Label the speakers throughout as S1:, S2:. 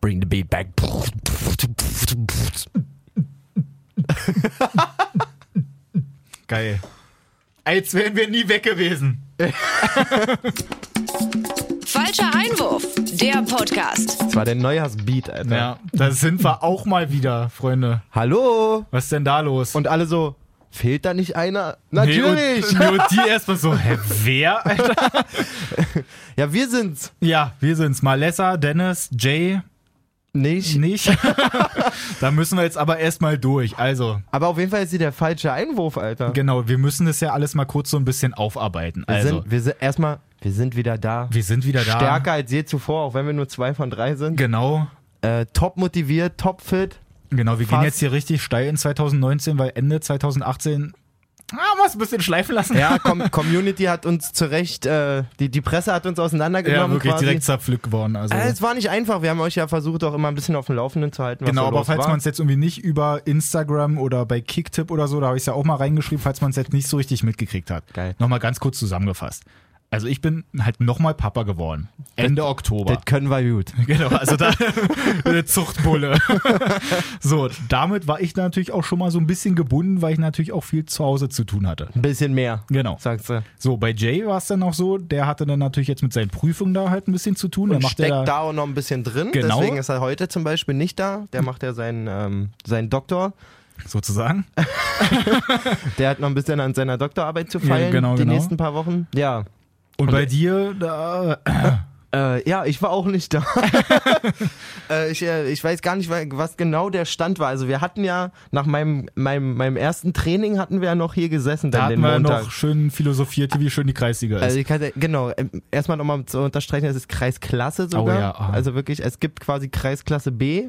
S1: Bring the beat back.
S2: Geil. Als wären wir nie weg gewesen.
S3: Falscher Einwurf, der Podcast.
S1: Das war der Neujahrsbeat, Alter.
S2: Ja, da sind wir auch mal wieder, Freunde.
S1: Hallo?
S2: Was ist denn da los?
S1: Und alle so, fehlt da nicht einer?
S2: Nee, und-
S1: Natürlich!
S2: nee, und die erstmal so, hä, wer? Alter?
S1: ja, wir sind's.
S2: Ja, wir sind's. Malessa, Dennis, Jay,
S1: Nicht.
S2: nicht. da müssen wir jetzt aber erstmal durch. Also,
S1: Aber auf jeden Fall ist sie der falsche Einwurf, Alter.
S2: genau, wir müssen das ja alles mal kurz so ein bisschen aufarbeiten.
S1: Wir
S2: Also,
S1: sind, wir sind erstmal, wir sind wieder da.
S2: wir sind wieder da.
S1: Stärker als je zuvor, auch wenn wir nur zwei von drei sind.
S2: Genau.
S1: Äh, top motiviert, top fit.
S2: Genau, wir
S1: Fast.
S2: gehen jetzt hier richtig steil in 2019, weil Ende 2018 ah, was ein bisschen schleifen lassen.
S1: Ja, Com Community hat uns zurecht, äh, die, die Presse hat uns auseinandergenommen.
S2: ja wirklich
S1: quasi.
S2: direkt zerpflückt geworden. Also.
S1: Äh, es war nicht einfach. Wir haben euch ja versucht, auch immer ein bisschen auf dem Laufenden zu halten. Was
S2: Genau,
S1: so
S2: aber
S1: los
S2: falls
S1: war.
S2: man es jetzt irgendwie nicht über Instagram oder bei Kicktip oder so, da habe ich es ja auch mal reingeschrieben, falls man es jetzt nicht so richtig mitgekriegt hat.
S1: Geil.
S2: Nochmal ganz kurz zusammengefasst. Also ich bin halt nochmal Papa geworden. Ende Oktober.
S1: Das können wir gut.
S2: Genau, also da eine Zuchtbulle. so, damit war ich natürlich auch schon mal so ein bisschen gebunden, weil ich natürlich auch viel zu Hause zu tun hatte.
S1: Ein bisschen mehr,
S2: Genau.
S1: sagst du.
S2: So, bei Jay war es dann auch so, der hatte dann natürlich jetzt mit seinen Prüfungen da halt ein bisschen zu tun.
S1: Und
S2: dann macht
S1: steckt
S2: er
S1: da auch noch ein bisschen drin.
S2: Genau.
S1: Deswegen ist er heute zum Beispiel nicht da. Der macht ja seinen, ähm, seinen Doktor.
S2: sozusagen.
S1: Der hat noch ein bisschen an seiner Doktorarbeit zu
S2: Ja,
S1: feilen.
S2: genau,
S1: die
S2: genau.
S1: nächsten paar Wochen. Ja.
S2: Und bei dir, da,
S1: Äh, ja, ich war auch nicht da. äh, ich, äh, ich weiß gar nicht, wa- was genau der Stand war. Also wir hatten ja nach meinem, meinem, meinem ersten Training hatten wir ja noch hier gesessen
S2: da
S1: dann
S2: hatten
S1: den
S2: wir
S1: Montag.
S2: noch schön philosophiert, wie schön die Kreisliga ist.
S1: Also ich kann, genau, ähm, erstmal nochmal zu unterstreichen, es ist Kreisklasse sogar.
S2: Oh ja, aha. Mhm.
S1: also wirklich, es gibt quasi Kreisklasse B.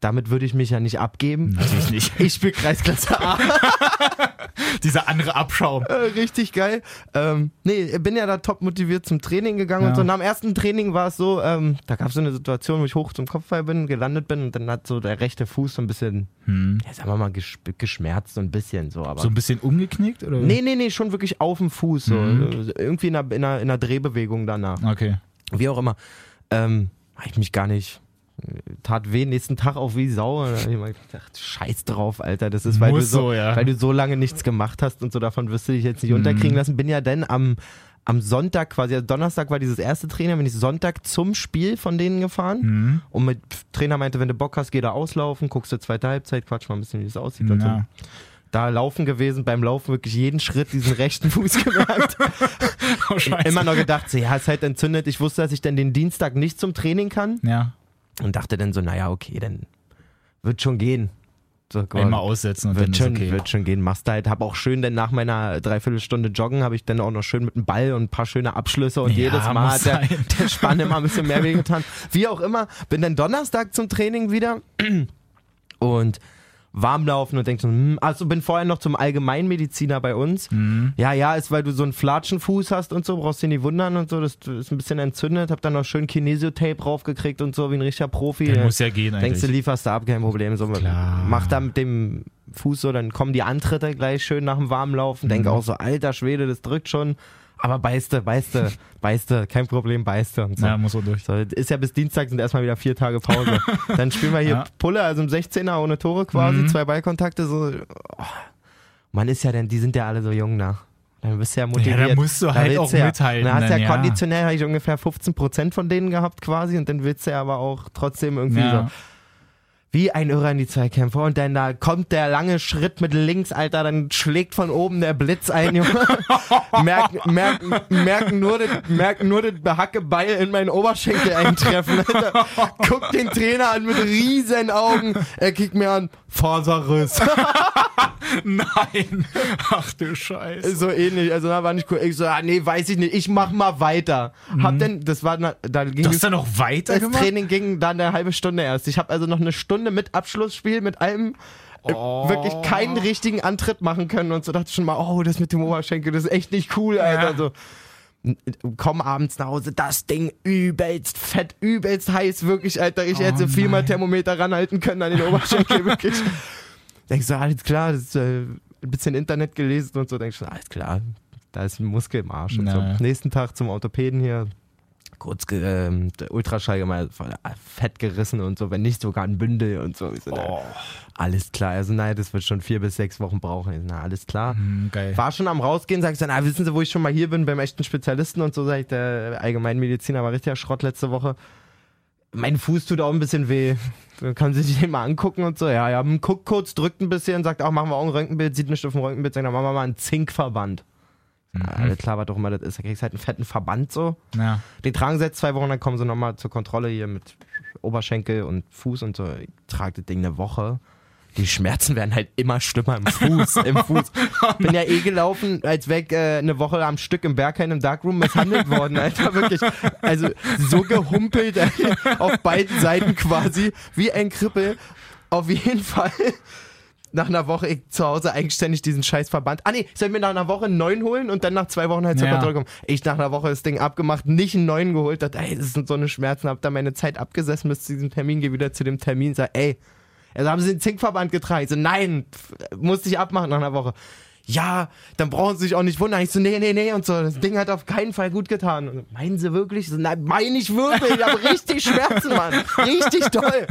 S1: Damit würde ich mich ja nicht abgeben.
S2: Natürlich nicht.
S1: Ich bin Kreisklasse A.
S2: Dieser andere Abschaum.
S1: Äh, Richtig geil. Ähm, nee, bin ja da top motiviert zum Training gegangen
S2: Ja.
S1: und so. Nach dem ersten Training war es so, ähm, da gab es so eine Situation, wo ich hoch zum Kopfball bin, gelandet bin und dann hat so der rechte Fuß so ein bisschen, ja, sagen wir mal, gesp- geschmerzt, so ein bisschen so, aber.
S2: Mhm. So ein bisschen umgeknickt? Oder?
S1: Nee, nee, nee, schon wirklich auf dem Fuß. So.
S2: Mhm.
S1: Äh, Irgendwie in einer, in, einer, in einer Drehbewegung danach.
S2: Okay.
S1: Wie auch immer. Ähm, hab ich mich gar nicht. äh, Tat weh, nächsten Tag auch wie Sau. Und dann hab ich mal gedacht, scheiß drauf, Alter. Das ist, weil, du
S2: Muss
S1: so,
S2: so, ja. Mhm.
S1: weil du so lange nichts gemacht hast und so davon wirst du dich jetzt nicht unterkriegen lassen. Bin ja dann am, am Sonntag quasi, also Donnerstag war dieses erste Trainer, bin ich Sonntag zum Spiel von denen gefahren.
S2: Mhm. Hm,
S1: Und mit Trainer meinte, wenn du Bock hast, geh da auslaufen, guckst du zweite Halbzeit, quatsch mal ein bisschen, wie es aussieht. Und so
S2: Ja.
S1: da laufen gewesen, beim Laufen wirklich jeden Schritt diesen rechten Fuß gemerkt.
S2: Oh, scheiße.
S1: Immer noch gedacht, so, ja, ist halt entzündet. Ich wusste, dass ich dann den Dienstag nicht zum Training kann
S2: Ja,
S1: und dachte dann so, naja, okay, dann wird schon gehen. So, komm,
S2: einmal aussetzen und dann
S1: wird
S2: ist
S1: schon,
S2: okay.
S1: wird schon gehen. Machst halt, hab auch schön, denn nach meiner Dreiviertelstunde Joggen habe ich dann auch noch schön mit dem Ball und ein paar schöne Abschlüsse und
S2: Ja,
S1: jedes Mal
S2: muss
S1: hat der,
S2: sein.
S1: der Spann immer ein bisschen mehr weh getan. Wie auch immer, bin dann Donnerstag zum Training wieder und warm laufen und denk so, hm, also bin vorher noch zum Allgemeinmediziner bei uns.
S2: Mhm.
S1: Ja, ja, ist, weil du so einen Flatschenfuß hast und so, brauchst dich nicht wundern und so, das ist ein bisschen entzündet, hab dann noch schön Kinesiotape draufgekriegt und so, wie ein richtiger Profi.
S2: Dann muss ja gehen
S1: Denkst du,
S2: eigentlich.
S1: lieferst du ab, kein Problem. So, mach da mit dem Fuß so, dann kommen die Antritte gleich schön nach dem warmen Laufen.
S2: Mhm.
S1: Denke auch so, alter Schwede, das drückt schon. Aber beißte, beißte, beißte, kein Problem, beißte. Und so.
S2: Ja, muss so durch.
S1: So, das ist ja bis Dienstag sind erstmal wieder vier Tage Pause. Dann spielen wir hier
S2: Ja. Mhm.
S1: Pulle, also im 16er ohne Tore quasi, zwei Ballkontakte. So, oh. Man ist ja denn, die sind ja alle so jung nach. Dann bist du ja motiviert.
S2: da musst du halt
S1: willst
S2: auch
S1: du ja,
S2: mithalten
S1: Dann hast du
S2: dann,
S1: ja,
S2: ja.
S1: konditionell hab ich ungefähr 15% von denen gehabt quasi und dann willst du ja aber auch trotzdem irgendwie so
S2: Ja.
S1: wie ein Irrer in die Zweikämpfe. Und dann da kommt der lange Schritt mit links, Alter, dann schlägt von oben der Blitz ein, Junge. merken, merken, merken nur das, merken nur das behacke Beil in meinen Oberschenkel eintreffen, Alter. Guck den Trainer an mit riesen Augen. Er kickt mir an, Faserriss.
S2: Nein. Ach du Scheiße.
S1: so ähnlich. Also da war nicht cool. Ich so, ah, nee, weiß ich nicht. Ich mach mal weiter. Hab denn, das war, na- da ging
S2: Du
S1: es-
S2: hast da noch weiter
S1: das
S2: gemacht?
S1: Training ging dann eine halbe Stunde erst. Ich habe also noch eine Stunde mit Abschlussspiel, mit allem äh,
S2: Oh.
S1: wirklich keinen richtigen Antritt machen können und so dachte ich schon mal, oh, das mit dem Oberschenkel, das ist echt nicht cool, Alter.
S2: Ja.
S1: So, n- komm abends nach Hause, das Ding übelst fett, übelst heiß, wirklich, Alter.
S2: Oh
S1: Ich hätte viel mal Thermometer ranhalten können an den Oberschenkel, wirklich. Denkst du, alles klar, das, äh, ein bisschen Internet gelesen und so, denkst du, alles klar, da ist ein Muskel im Arsch und
S2: Na.
S1: so. Nächsten Tag zum Orthopäden hier, kurz ge- ähm, der Ultraschall mal voll äh, fett gerissen und so, wenn nicht sogar ein Bündel und so. Ich so na, Alles klar. Also naja, das wird schon vier bis sechs Wochen brauchen. Ich so, na, alles klar.
S2: Hm, geil.
S1: War schon am rausgehen, sag ich dann, ah, wissen Sie, wo ich schon mal hier bin, beim echten Spezialisten und so, sag ich, der Allgemeinmediziner war richtiger Schrott letzte Woche. Mein Fuß tut auch ein bisschen weh. Dann Kann sie sich den mal angucken und so. Ja, ja, hm, guckt kurz, drückt ein bisschen, sagt auch, machen wir auch ein Röntgenbild, sieht nicht auf dem Röntgenbild, sagt, dann machen wir mal einen Zinkverband. Mhm. Alles klar, was doch immer das ist. Da kriegst du halt einen fetten Verband so.
S2: Ja.
S1: Den tragen sie jetzt zwei Wochen, dann kommen sie nochmal zur Kontrolle hier mit Oberschenkel und Fuß und so. Ich trage das Ding eine Woche. Die Schmerzen werden halt immer schlimmer im Fuß, im Fuß. Bin ja eh gelaufen, als weg äh, eine Woche am Stück im Berghain im Darkroom misshandelt worden, Alter, wirklich. Also so gehumpelt äh, auf beiden Seiten quasi, wie ein Krippel. Auf jeden Fall nach einer Woche ich zu Hause eigenständig diesen scheiß Verband. Ah nee, ich soll mir nach einer Woche einen neuen holen und dann nach zwei Wochen halt zur
S2: Ja.
S1: Kontrolle kommen. Ich nach einer Woche das Ding abgemacht, nicht einen neuen geholt, dachte, ey, das sind so eine Schmerzen, hab da meine Zeit abgesessen bis zu diesem Termin, geh wieder zu dem Termin, sag, ey, also haben sie den Zinkverband getragen. Ich so, nein, pf, musste ich abmachen nach einer Woche. Ja, dann brauchen sie sich auch nicht wundern. Ich so, nee, nee, nee und so. Das Ding hat auf keinen Fall gut getan. Und so, meinen sie wirklich? Ich So, nein, meine ich wirklich. Ich habe richtig Schmerzen, Mann. Richtig toll.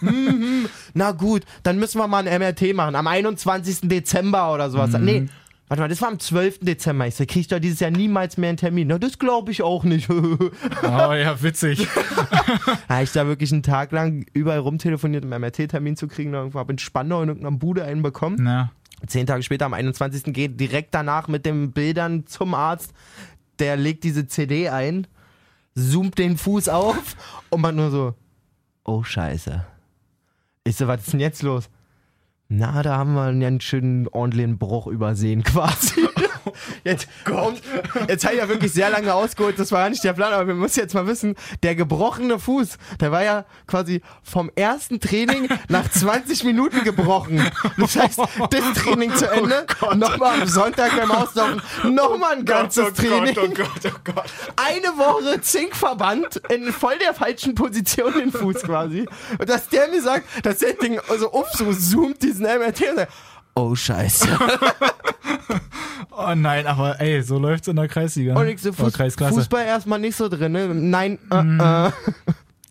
S1: Mhm. Na gut, dann müssen wir mal ein MRT machen. Am 21. Dezember oder sowas. Nee, warte mal, das war am 12. Dezember. Ich so, krieg ich doch dieses Jahr niemals mehr einen Termin. Na, das glaube ich auch nicht.
S2: Oh ja, witzig.
S1: Habe ich da wirklich einen Tag lang überall rumtelefoniert, um einen MRT-Termin zu kriegen. Irgendwo habe in Spandau in irgendeiner Bude einen bekommen.
S2: Na.
S1: Zehn Tage später, am 21. geht direkt danach mit den Bildern zum Arzt. Der legt diese CD ein, zoomt den Fuß auf und man nur so, oh Scheiße. Ich so, was ist denn jetzt los? Na, da haben wir einen ganz schönen ordentlichen Bruch übersehen quasi.
S2: Oh
S1: Jetzt, kommt, jetzt habe ich ja wirklich sehr lange ausgeholt, das war ja nicht der Plan, aber wir müssen jetzt mal wissen, der gebrochene Fuß, der war ja quasi vom ersten Training nach 20 Minuten gebrochen. Das heißt, das Training zu
S2: Oh
S1: Ende, nochmal am Sonntag beim Auslaufen, nochmal ein ganzes Training.
S2: Oh Gott, oh Gott.
S1: Eine Woche Zinkverband in voll der falschen Position den Fuß quasi. Und dass der mir sagt, dass der Ding also auf so zoomt diesen MRT und sagt, oh Scheiße.
S2: Oh nein, aber ey, so läuft's in der Kreisliga.
S1: Und ich so,
S2: oh,
S1: Fuß,
S2: Kreisklasse. Mm.
S1: Fußball erstmal nicht so drin, ne? Nein, äh, äh.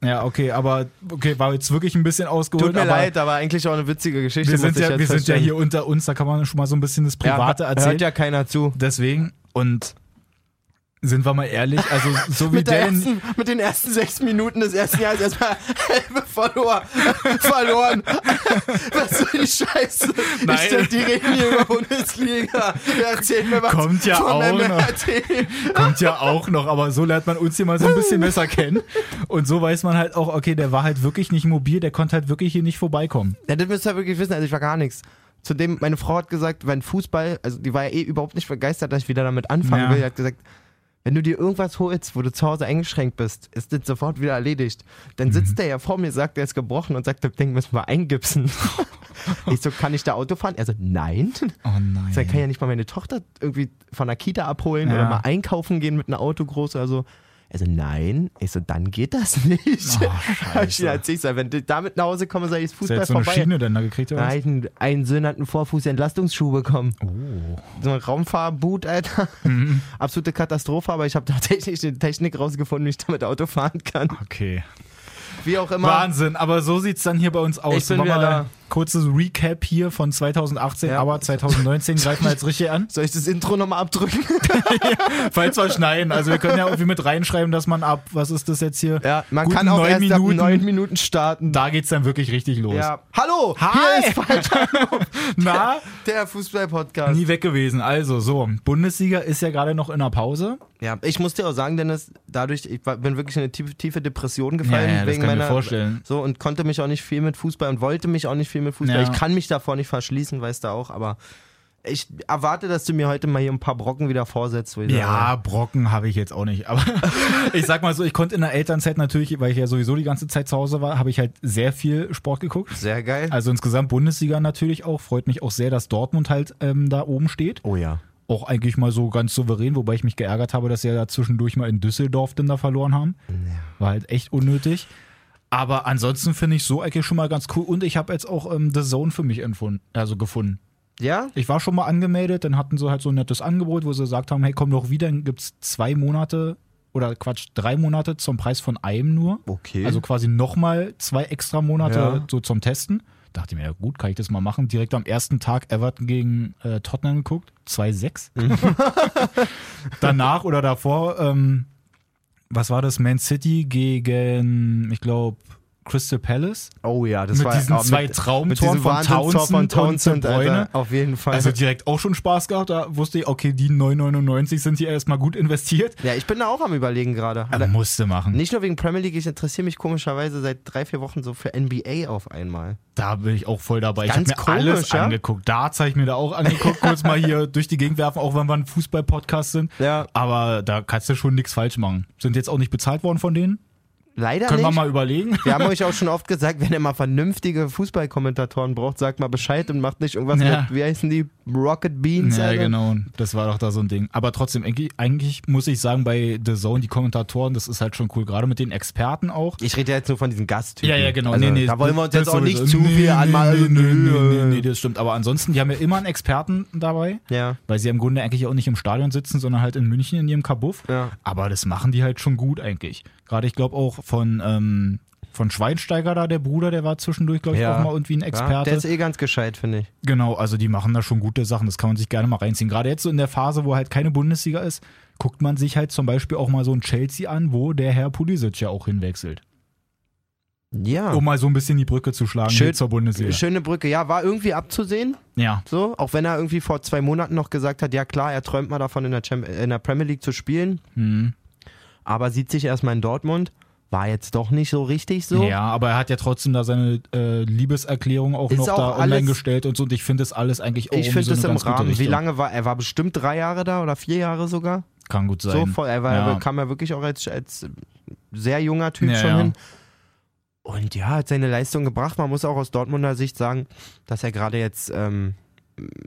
S2: Ja, okay, aber okay, war jetzt wirklich ein bisschen ausgeholt.
S1: Tut mir
S2: aber
S1: leid, aber eigentlich auch eine witzige Geschichte.
S2: Wir sind,
S1: muss ich
S2: ja,
S1: jetzt
S2: wir sind ja
S1: feststellen.
S2: hier unter uns, da kann man schon mal so ein bisschen das Private
S1: ja,
S2: erzählen.
S1: Hört ja keiner zu.
S2: Deswegen und sind wir mal ehrlich, also so wie
S1: Mit, der
S2: der in-
S1: ersten, mit den ersten sechs Minuten des ersten Jahres erstmal halbe Follower verloren. Was für die Scheiße.
S2: Nein.
S1: Ich denk, die reden hier über Bundesliga. Wer erzählt mir was
S2: Kommt ja
S1: von
S2: auch noch.
S1: MRT.
S2: kommt ja auch noch, aber so lernt man uns hier mal so ein bisschen besser kennen und so weiß man halt auch, okay, der war halt wirklich nicht mobil, der konnte halt wirklich hier nicht vorbeikommen.
S1: Ja, das müsst ihr wirklich wissen. Also ich war gar nichts. Zudem, meine Frau hat gesagt, wenn Fußball, also die war ja eh überhaupt nicht begeistert, dass ich wieder damit anfangen
S2: Ja.
S1: will. Die hat gesagt, wenn du dir irgendwas holst, wo du zu Hause eingeschränkt bist, ist das sofort wieder erledigt.
S2: Mhm.
S1: Dann sitzt der ja vor mir, sagt, der ist gebrochen und sagt, das Ding müssen wir eingipsen. ich so, kann ich da Auto fahren? Er so, nein.
S2: Oh
S1: Ich so, kann
S2: nein.
S1: ja nicht mal meine Tochter irgendwie von der Kita abholen
S2: Ja.
S1: oder mal einkaufen gehen mit einem Auto groß oder so. Also nein, ich so, dann geht das nicht.
S2: Oh,
S1: Hab ich
S2: scheiße.
S1: dir erzählt, sag, wenn du damit nach Hause kommst, sag ich, ist
S2: Ist er
S1: Fußball
S2: jetzt so eine
S1: vorbei.
S2: Schiene denn da gekriegt oder was?
S1: Nein, ein Söhne hat einen Vorfußentlastungsschuh bekommen.
S2: Oh.
S1: So ein Raumfahrboot, Alter.
S2: Mhm.
S1: Absolute Katastrophe, aber ich habe tatsächlich eine Technik rausgefunden, wie ich damit Auto fahren kann.
S2: Okay.
S1: Wie auch immer.
S2: Wahnsinn, aber so sieht's dann hier bei uns aus.
S1: Ich bin
S2: Wollen wir
S1: wieder
S2: mal
S1: da.
S2: Kurzes Recap hier von 2018,
S1: Ja.
S2: aber 2019 greifen wir jetzt richtig an.
S1: Soll ich das Intro nochmal abdrücken?
S2: Falls wir schneiden. Also wir können ja irgendwie mit reinschreiben, dass man ab, was ist das jetzt hier?
S1: Ja, man
S2: Guten
S1: kann auch
S2: neun
S1: erst ab
S2: Minuten.
S1: neun Minuten starten.
S2: Da geht's dann wirklich richtig los.
S1: Ja. Hallo!
S2: Hi!
S1: Hier ist Falter,
S2: Na,
S1: der Fußball-Podcast.
S2: nie weg gewesen. Also so, Bundesliga ist ja gerade noch in der Pause.
S1: Ja, ich muss dir auch sagen, Dennis, dadurch, ich war, bin wirklich in eine tiefe, tiefe Depression gefallen.
S2: Ja, ja, das
S1: wegen
S2: kann ich mir
S1: meiner,
S2: vorstellen.
S1: So, und konnte mich auch nicht viel mit Fußball und wollte mich auch nicht viel mit Fußball.
S2: Ja.
S1: Ich kann mich davor nicht verschließen, weißt du auch, aber ich erwarte, dass du mir heute mal hier ein paar Brocken wieder vorsetzt. wo ich
S2: Ja,
S1: sage,
S2: Brocken habe ich jetzt auch nicht. Aber ich sag mal so, ich konnte in der Elternzeit natürlich, weil ich ja sowieso die ganze Zeit zu Hause war, habe ich halt sehr viel Sport geguckt.
S1: Sehr geil.
S2: Also insgesamt Bundesliga natürlich auch. Freut mich auch sehr, dass Dortmund halt ähm, da oben steht.
S1: oh ja.
S2: Auch eigentlich mal so ganz souverän, wobei ich mich geärgert habe, dass sie ja zwischendurch mal in Düsseldorf denn da verloren haben. War halt echt unnötig. Aber ansonsten finde ich so eigentlich schon mal ganz cool. Und ich habe jetzt auch ähm, The Zone für mich empfunden, also gefunden.
S1: Ja?
S2: Ich war schon mal angemeldet, dann hatten sie halt so ein nettes Angebot, wo sie gesagt haben, hey, komm doch wieder, dann gibt's zwei Monate oder Quatsch, drei Monate zum Preis von einem nur.
S1: Okay.
S2: Also quasi nochmal zwei extra Monate
S1: Ja.
S2: so zum Testen. Dachte mir, ja gut, kann ich das mal machen. Direkt am ersten Tag Everton gegen äh, Tottenham geguckt, 2-6.
S1: Mhm.
S2: Danach oder davor, ähm, was war das? Man City gegen, ich glaube, Crystal Palace.
S1: oh ja, das
S2: mit
S1: war
S2: diesen
S1: oh,
S2: zwei
S1: mit,
S2: Traumtoren
S1: mit diesem
S2: von
S1: Wahnsinnstor von
S2: Townsend und
S1: Townsend
S2: De Bruyne.
S1: Alter, auf jeden Fall.
S2: Also direkt auch schon Spaß gehabt. Da wusste ich, okay, die 9,99 sind hier erstmal gut investiert.
S1: ja, ich bin da auch am überlegen gerade.
S2: Aber musste machen.
S1: Nicht nur wegen Premier League, ich interessiere mich komischerweise seit drei, vier Wochen so für NBA auf einmal.
S2: Da bin ich auch voll dabei.
S1: Ganz
S2: ich habe mir
S1: komisch,
S2: alles
S1: ja?
S2: angeguckt. Darts habe ich mir da auch angeguckt. Kurz mal hier durch die Gegend werfen, auch wenn wir ein Fußball-Podcast sind.
S1: Ja.
S2: Aber da kannst du schon nichts falsch machen. Sind jetzt auch nicht bezahlt worden von denen.
S1: Leider
S2: Können wir
S1: nicht.
S2: mal überlegen.
S1: Wir haben euch auch schon oft gesagt, wenn ihr mal vernünftige Fußballkommentatoren braucht, sagt mal Bescheid und macht nicht irgendwas
S2: Ja.
S1: mit, wie heißen die, Rocket Beans?
S2: Ja,
S1: Alter.
S2: genau. Das war doch da so ein Ding. Aber trotzdem, eigentlich- eigentlich muss ich sagen, bei The Zone, die Kommentatoren, das ist halt schon cool. Gerade mit den Experten auch.
S1: Ich rede ja jetzt nur von diesen Gasttypen.
S2: Ja, ja, genau.
S1: Also,
S2: nee, nee,
S1: da wollen wir uns
S2: das-
S1: jetzt auch
S2: das
S1: nicht
S2: sowieso.
S1: zu viel anmalen. Äh.
S2: Nee, nee, nee, nee, das stimmt. Aber ansonsten, die haben ja immer einen Experten dabei,
S1: Ja.
S2: weil sie ja im Grunde eigentlich auch nicht im Stadion sitzen, sondern halt in München in ihrem Kabuff.
S1: Ja.
S2: Aber das machen die halt schon gut eigentlich. Gerade ich glaube auch von, ähm, von Schweinsteiger da, der Bruder, der war zwischendurch, glaube ich,
S1: Ja.
S2: auch mal irgendwie ein
S1: Ja,
S2: Experte.
S1: der ist eh ganz gescheit, finde ich.
S2: Genau, also die machen da schon gute Sachen, das kann man sich gerne mal reinziehen. Gerade jetzt so in der Phase, wo halt keine Bundesliga ist, guckt man sich halt zum Beispiel auch mal so ein Chelsea an, wo der Herr Pulisic ja auch hinwechselt.
S1: Ja.
S2: Um mal so ein bisschen die Brücke zu schlagen
S1: Schön-
S2: hier zur Bundesliga.
S1: Schöne Brücke. Ja, war irgendwie abzusehen,
S2: Ja,
S1: so. Auch wenn er irgendwie vor zwei Monaten noch gesagt hat, ja klar, er träumt mal davon, in der, Champ in der Premier League zu spielen.
S2: Mhm.
S1: Aber sieht sich erstmal in Dortmund. War jetzt doch nicht so richtig so.
S2: Ja, aber er hat ja trotzdem da seine äh, Liebeserklärung auch
S1: Ist
S2: noch
S1: auch
S2: da online
S1: alles-
S2: gestellt und so. Und ich finde das alles eigentlich auch
S1: Ich
S2: um
S1: finde
S2: so
S1: das
S2: eine
S1: im
S2: ganz gute
S1: Rahmen. Wie
S2: Richtung.
S1: lange war er? war bestimmt drei Jahre da oder vier Jahre sogar.
S2: Kann gut sein.
S1: So voll. Er war,
S2: Ja.
S1: kam ja wirklich auch als, als sehr junger Typ
S2: Ja,
S1: schon
S2: ja.
S1: hin. Und ja, hat seine Leistung gebracht. Man muss auch aus Dortmunder Sicht sagen, dass er gerade jetzt ähm,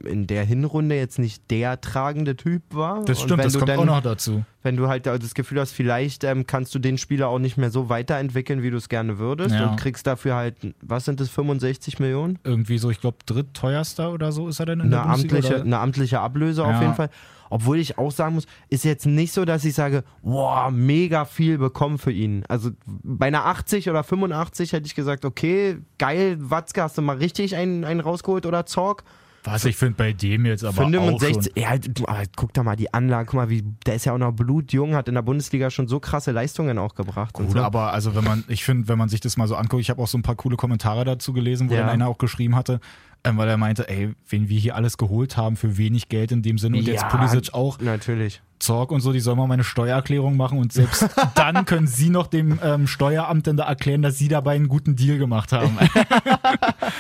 S1: in der Hinrunde jetzt nicht der tragende Typ war.
S2: das
S1: Und
S2: stimmt,
S1: wenn
S2: das
S1: du
S2: kommt
S1: dann,
S2: auch noch dazu.
S1: Wenn du halt das Gefühl hast, vielleicht ähm, kannst du den Spieler auch nicht mehr so weiterentwickeln, wie du es gerne würdest
S2: Ja.
S1: und kriegst dafür halt, was sind das, 65 Millionen?
S2: Irgendwie so, ich glaube, drittteuerster oder so ist er dann in
S1: eine
S2: der Bundesliga.
S1: amtliche,
S2: oder?
S1: eine amtliche Ablöse
S2: Ja.
S1: auf jeden Fall. Obwohl ich auch sagen muss, ist jetzt nicht so, dass ich sage, wow, mega viel bekommen für ihn. Also bei einer 80 oder 85 hätte ich gesagt, okay, geil, Watzke, hast du mal richtig einen, einen rausgeholt oder Zorg?
S2: Was ich finde bei dem jetzt aber
S1: Für
S2: auch schon.
S1: 65, ja, du, aber guck da mal die Anlage, guck mal, wie, der ist ja auch noch blutjung, hat in der Bundesliga schon so krasse Leistungen auch gebracht. und
S2: Gut,
S1: so.
S2: aber also wenn man, ich finde, wenn man sich das mal so anguckt, ich habe auch so ein paar coole Kommentare dazu gelesen, wo
S1: Ja.
S2: dann einer auch geschrieben hatte, ähm, weil er meinte, ey, wen wir hier alles geholt haben für wenig Geld in dem Sinne und jetzt
S1: Ja.
S2: Pulisic auch,
S1: Natürlich.
S2: Zorg und so, die sollen mal meine Steuererklärung machen und selbst dann können sie noch dem ähm, Steueramt dann da erklären, dass sie dabei einen guten Deal gemacht haben.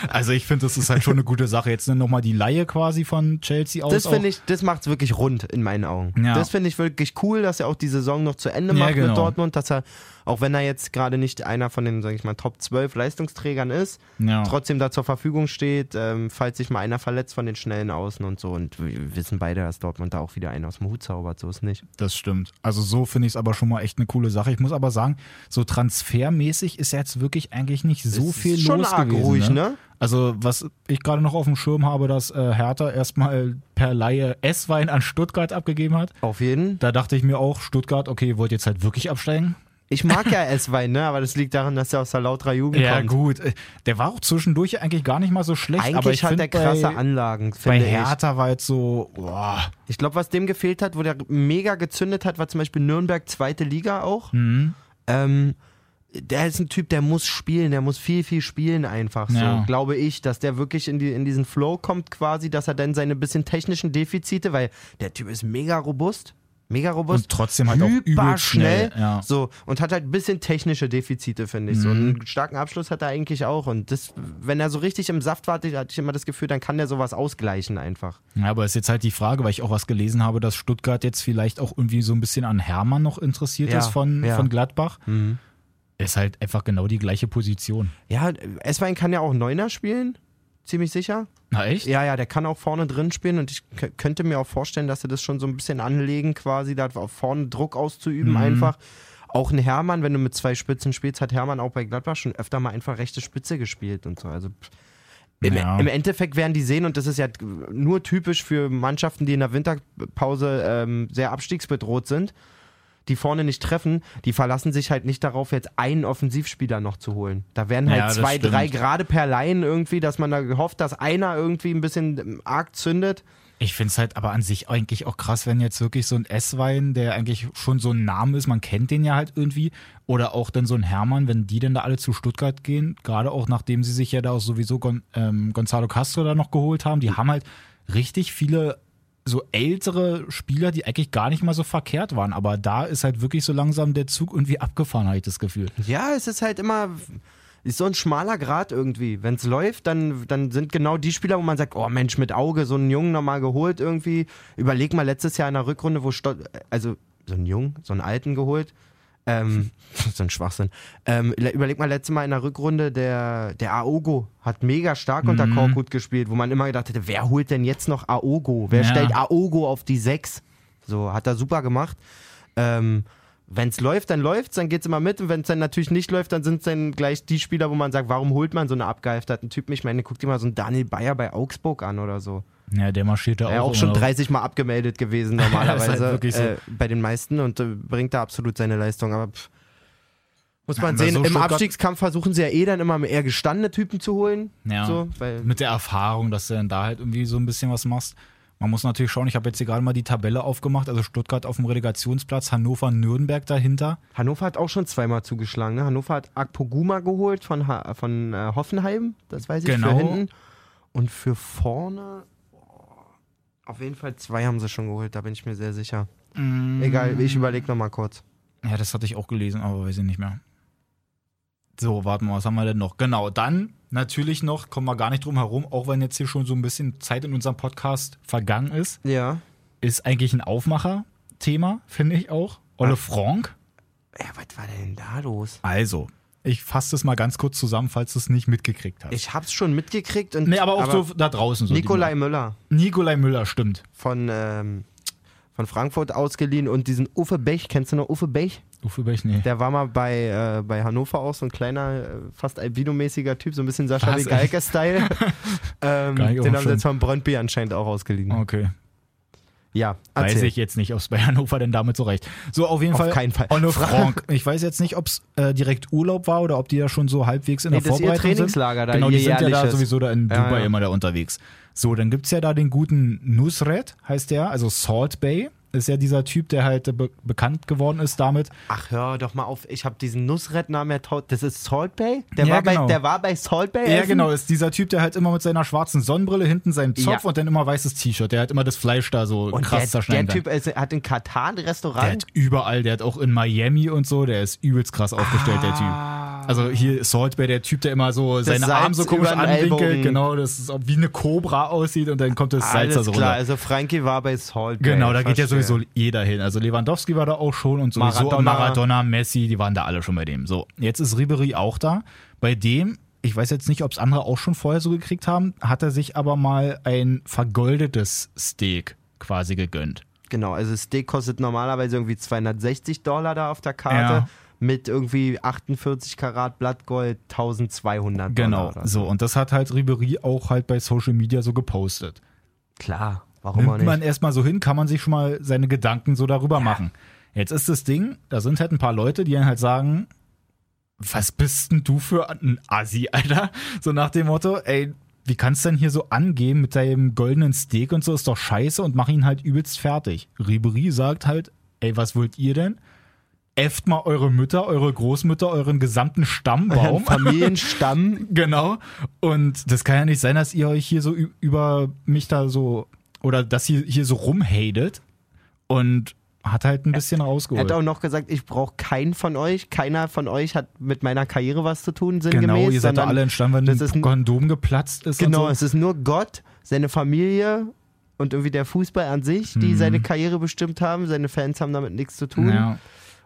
S2: also ich finde, das ist halt schon eine gute Sache. Jetzt nochmal die Laie quasi von Chelsea aus.
S1: Das
S2: auch.
S1: finde ich, das macht's wirklich rund in meinen Augen.
S2: Ja.
S1: Das finde ich wirklich cool, dass er auch die Saison noch zu Ende
S2: Ja,
S1: macht
S2: genau.
S1: mit Dortmund, dass er, auch wenn er jetzt gerade nicht einer von den, sag ich mal, Top 12 Leistungsträgern ist,
S2: ja.
S1: trotzdem da zur Verfügung steht, ähm, falls sich mal einer verletzt von den schnellen Außen und so. Und wir wissen beide, dass Dortmund da auch wieder einen aus dem Hut zaubert, so ist nicht.
S2: Das stimmt. Also so finde ich es aber schon mal echt eine coole Sache. Ich muss aber sagen, so transfermäßig ist jetzt wirklich eigentlich nicht so
S1: Es
S2: viel
S1: ist schon
S2: los
S1: arg
S2: gewesen.
S1: ruhig,
S2: ne?
S1: ne?
S2: Also was ich gerade noch auf dem Schirm habe, dass äh, Hertha erstmal per Laie S-Wein an Stuttgart abgegeben hat.
S1: Auf jeden.
S2: Da dachte ich mir auch, Stuttgart, okay, wollt ihr jetzt halt wirklich absteigen?
S1: Ich mag ja Esswein, ne? Aber das liegt daran, dass er aus der Lautra Jugend kommt.
S2: gut. Äh, Der war auch zwischendurch eigentlich gar nicht mal so schlecht. aber ich
S1: Eigentlich hat
S2: find
S1: er krasse
S2: bei,
S1: Anlagen,
S2: Bei
S1: finde ich.
S2: Hertha war jetzt so, boah,
S1: Ich glaube, was dem gefehlt hat, wo der mega gezündet hat, war zum Beispiel Nürnberg zweite Liga auch.
S2: Mhm.
S1: Ähm, der ist ein Typ, der muss spielen, der muss viel, viel spielen einfach so,
S2: Ja.
S1: glaube ich, dass der wirklich in, die, in diesen Flow kommt quasi, dass er dann seine bisschen technischen Defizite, weil der Typ ist mega robust, mega robust.
S2: Und trotzdem halt auch übelst schnell, ja. Mhm.
S1: so und hat halt ein bisschen technische Defizite, finde ich. So einen starken Abschluss hat er eigentlich auch und das, wenn er so richtig im Saft war, hatte ich immer das Gefühl, dann kann der sowas ausgleichen einfach.
S2: Ja, aber ist jetzt halt die Frage, weil ich auch was gelesen habe, dass Stuttgart jetzt vielleicht auch irgendwie so ein bisschen an Hermann noch interessiert
S1: Ja,
S2: ist von,
S1: ja. Mhm.
S2: von Gladbach. Ist halt einfach genau die gleiche Position.
S1: Ja, Esswein kann ja auch Neuner spielen, ziemlich sicher.
S2: Na echt?
S1: Ja, ja, der kann auch vorne drin spielen und ich k- könnte mir auch vorstellen, dass er das schon so ein bisschen anlegen, quasi da auf vorne Druck auszuüben, einfach. Auch ein Hermann, wenn du mit zwei Spitzen spielst, hat Hermann auch bei Gladbach schon öfter mal einfach rechte Spitze gespielt und so. Also pff. im,
S2: Ja.
S1: im Endeffekt werden die sehen, und das ist ja t- nur typisch für Mannschaften, die in der Winterpause ähm, sehr abstiegsbedroht sind. die vorne nicht treffen, die verlassen sich halt nicht darauf, jetzt einen Offensivspieler noch zu holen. Da werden halt
S2: Ja, das
S1: zwei,
S2: stimmt.
S1: drei gerade Perleien irgendwie, dass man da hofft, dass einer irgendwie ein bisschen ähm, arg zündet.
S2: Ich finde es halt aber an sich eigentlich auch krass, wenn jetzt wirklich so ein S-Wein, der eigentlich schon so ein Name ist, man kennt den ja halt irgendwie, oder auch dann so ein Hermann, wenn die denn da alle zu Stuttgart gehen, gerade auch nachdem sie sich ja da auch sowieso Gon ähm, Gonzalo Castro da noch geholt haben, die haben halt richtig viele so ältere Spieler, die eigentlich gar nicht mal so verkehrt waren, aber da ist halt wirklich so langsam der Zug irgendwie abgefahren, habe ich das Gefühl.
S1: Ja, es ist halt immer ist so ein schmaler Grad irgendwie. Wenn es läuft, dann, dann sind genau die Spieler, wo man sagt, oh Mensch, mit Auge, so einen Jungen nochmal geholt irgendwie. Überleg mal letztes Jahr in der Rückrunde, wo Stott, also so einen Jungen, so einen Alten geholt. Ähm, so ein Schwachsinn. Ähm, le- überleg mal, letztes Mal in der Rückrunde, der, der Aogo hat mega stark unter Korkut gespielt, wo man immer gedacht hätte, wer holt denn jetzt noch Aogo? Wer
S2: Ja.
S1: stellt Aogo auf die 6? So, hat er super gemacht. Ähm, wenn es läuft, dann läuft's, dann geht's immer mit. Und wenn es dann natürlich nicht läuft, dann sind es dann gleich die Spieler, wo man sagt, warum holt man so einen abgehalfterten Typen? Ich meine, guck dir mal so einen Daniel Bayer bei Augsburg an oder so.
S2: Ja, der marschiert da
S1: Er ist auch
S2: immer
S1: schon
S2: noch.
S1: 30 Mal abgemeldet gewesen
S2: Ja, ist
S1: normalerweise
S2: halt wirklich so.
S1: äh, bei den meisten und äh, bringt da absolut seine Leistung. Aber pff, muss man
S2: Ja,
S1: sehen,
S2: so
S1: im
S2: Stuttgart-
S1: Abstiegskampf versuchen sie ja eh dann immer eher gestandene Typen zu holen.
S2: Ja.
S1: So, weil
S2: mit der Erfahrung, dass du dann da halt irgendwie so ein bisschen was machst. Man muss natürlich schauen, ich habe jetzt hier gerade mal die Tabelle aufgemacht, also Stuttgart auf dem Relegationsplatz, Hannover, Nürnberg dahinter.
S1: Hannover hat auch schon zweimal zugeschlagen. Ne? Hannover hat Akpoguma geholt von, ha von äh, Hoffenheim, das weiß ich,
S2: Genau.
S1: für hinten. Und für vorne, oh, auf jeden Fall zwei haben sie schon geholt, da bin ich mir sehr sicher. Egal, ich überlege nochmal kurz.
S2: Ja, das hatte ich auch gelesen, aber weiß ich nicht mehr. So, warten wir, was haben wir denn noch? Genau, dann natürlich noch, kommen wir gar nicht drum herum, auch wenn jetzt hier schon so ein bisschen Zeit in unserem Podcast vergangen ist,
S1: Ja.
S2: ist eigentlich ein Aufmacher-Thema, finde ich auch.
S1: Ah.
S2: Olle Franck.
S1: Ja, was war denn da los?
S2: Also, ich fasse das mal ganz kurz zusammen, falls du es nicht mitgekriegt hast.
S1: Ich hab's schon mitgekriegt und
S2: nee, aber auch so da draußen. So die-
S1: Nikolai Müller
S2: Nikolai Müller, stimmt.
S1: von, ähm, von Frankfurt ausgeliehen und diesen Uffe Bech, kennst du noch Uffe Bech?
S2: Uwe Bech, nee.
S1: Der war mal bei, äh, bei Hannover auch so ein kleiner, äh, fast albinomäßiger Typ, so ein bisschen Sascha
S2: Was,
S1: Wigalke-Style. ähm,
S2: Geil, auch
S1: den haben sie
S2: schön.
S1: jetzt von Brøndby anscheinend auch ausgeliehen.
S2: Okay.
S1: Ja,
S2: Weiß
S1: erzähl.
S2: ich jetzt nicht, ob es bei Hannover denn damit so reicht. So, auf jeden
S1: Auf
S2: Fall.
S1: keinen Fall.
S2: Onno Frank. Ich weiß jetzt nicht, ob es äh, direkt Urlaub war oder ob die da schon so halbwegs in
S1: Nee,
S2: der
S1: das ist ihr
S2: Vorbereitung
S1: Trainingslager
S2: sind.
S1: da,
S2: Genau,
S1: ihr
S2: die sind ja da
S1: jährliches.
S2: sowieso da in
S1: Ja,
S2: Dubai
S1: ja.
S2: immer da unterwegs. So, dann gibt es ja da den guten Nusret, heißt der, also Salt Bay. Ist ja dieser Typ, der halt äh, be bekannt geworden ist damit.
S1: Ach, hör doch mal auf. Ich habe diesen Nussret-Namen ja taut. Das ist Salt Bay? Der,
S2: Ja,
S1: war,
S2: genau.
S1: bei, der war bei Salt Bay?
S2: Ja,
S1: essen?
S2: genau, ist dieser Typ, der halt immer mit seiner schwarzen Sonnenbrille hinten seinen Zopf
S1: Ja.
S2: und dann immer weißes T-Shirt. Der hat immer das Fleisch da so
S1: Und
S2: krass
S1: der, der
S2: zerschneiden kann.
S1: Typ ist, hat in Katar ein
S2: Der
S1: Restaurant.
S2: hat überall, der hat auch in Miami und so, der ist übelst krass aufgestellt, der
S1: Ah.
S2: Typ. Also hier Salt Bay, der Typ, der immer so seine
S1: Salz
S2: Arme so komisch
S1: über den
S2: anwinkelt,
S1: Ellbogen.
S2: genau, das ist auch wie eine Cobra aussieht und dann kommt das Salz
S1: Alles
S2: da so
S1: klar,
S2: runter.
S1: also Frankie war bei Salt Bay.
S2: Genau, da geht ja
S1: Verstehe.
S2: sowieso jeder hin. Also Lewandowski war da auch schon und sowieso
S1: Maradona.
S2: Maradona. Maradona, Messi, die waren da alle schon bei dem. So, jetzt ist Ribery auch da. Bei dem, ich weiß jetzt nicht, ob es andere auch schon vorher so gekriegt haben, hat er sich aber mal ein vergoldetes Steak quasi gegönnt.
S1: Genau, also Steak kostet normalerweise irgendwie 260 Dollar da auf der Karte.
S2: Ja.
S1: Mit irgendwie 48 Karat Blattgold 1200
S2: Genau,
S1: Dollar. oder
S2: so. Und das hat halt Ribery auch halt bei Social Media so gepostet.
S1: Klar, warum auch
S2: Nimmt
S1: nicht?
S2: man erstmal so hin, kann man sich schon mal seine Gedanken so darüber machen. Jetzt ist das Ding, da sind halt ein paar Leute, die dann halt sagen, was bist denn du für ein Assi, Alter? So nach dem Motto, ey, wie kannst du denn hier so angehen mit deinem goldenen Steak und so, ist doch scheiße und mach ihn halt übelst fertig. Ribery sagt halt, ey, was wollt ihr denn? Äfft mal eure Mütter, eure Großmütter, euren gesamten Stammbaum.
S1: Familienstamm.
S2: Genau. Und das kann ja nicht sein, dass ihr euch hier so ü- über mich da so oder dass ihr hier so rumhatet und hat halt ein bisschen
S1: Er
S2: rausgeholt.
S1: hat auch noch gesagt, ich brauche keinen von euch. Keiner von euch hat mit meiner Karriere was zu tun, sinngemäß.
S2: Genau, ihr seid da
S1: sondern-
S2: alle entstanden, wenn
S1: das
S2: das
S1: ist
S2: ein
S1: ein-
S2: Kondom geplatzt ist.
S1: Genau,
S2: Und
S1: es ist nur Gott, seine Familie und irgendwie der Fußball an sich, die seine Karriere bestimmt haben. Seine Fans haben damit nichts zu
S2: so.
S1: tun.
S2: Mhm. Ja,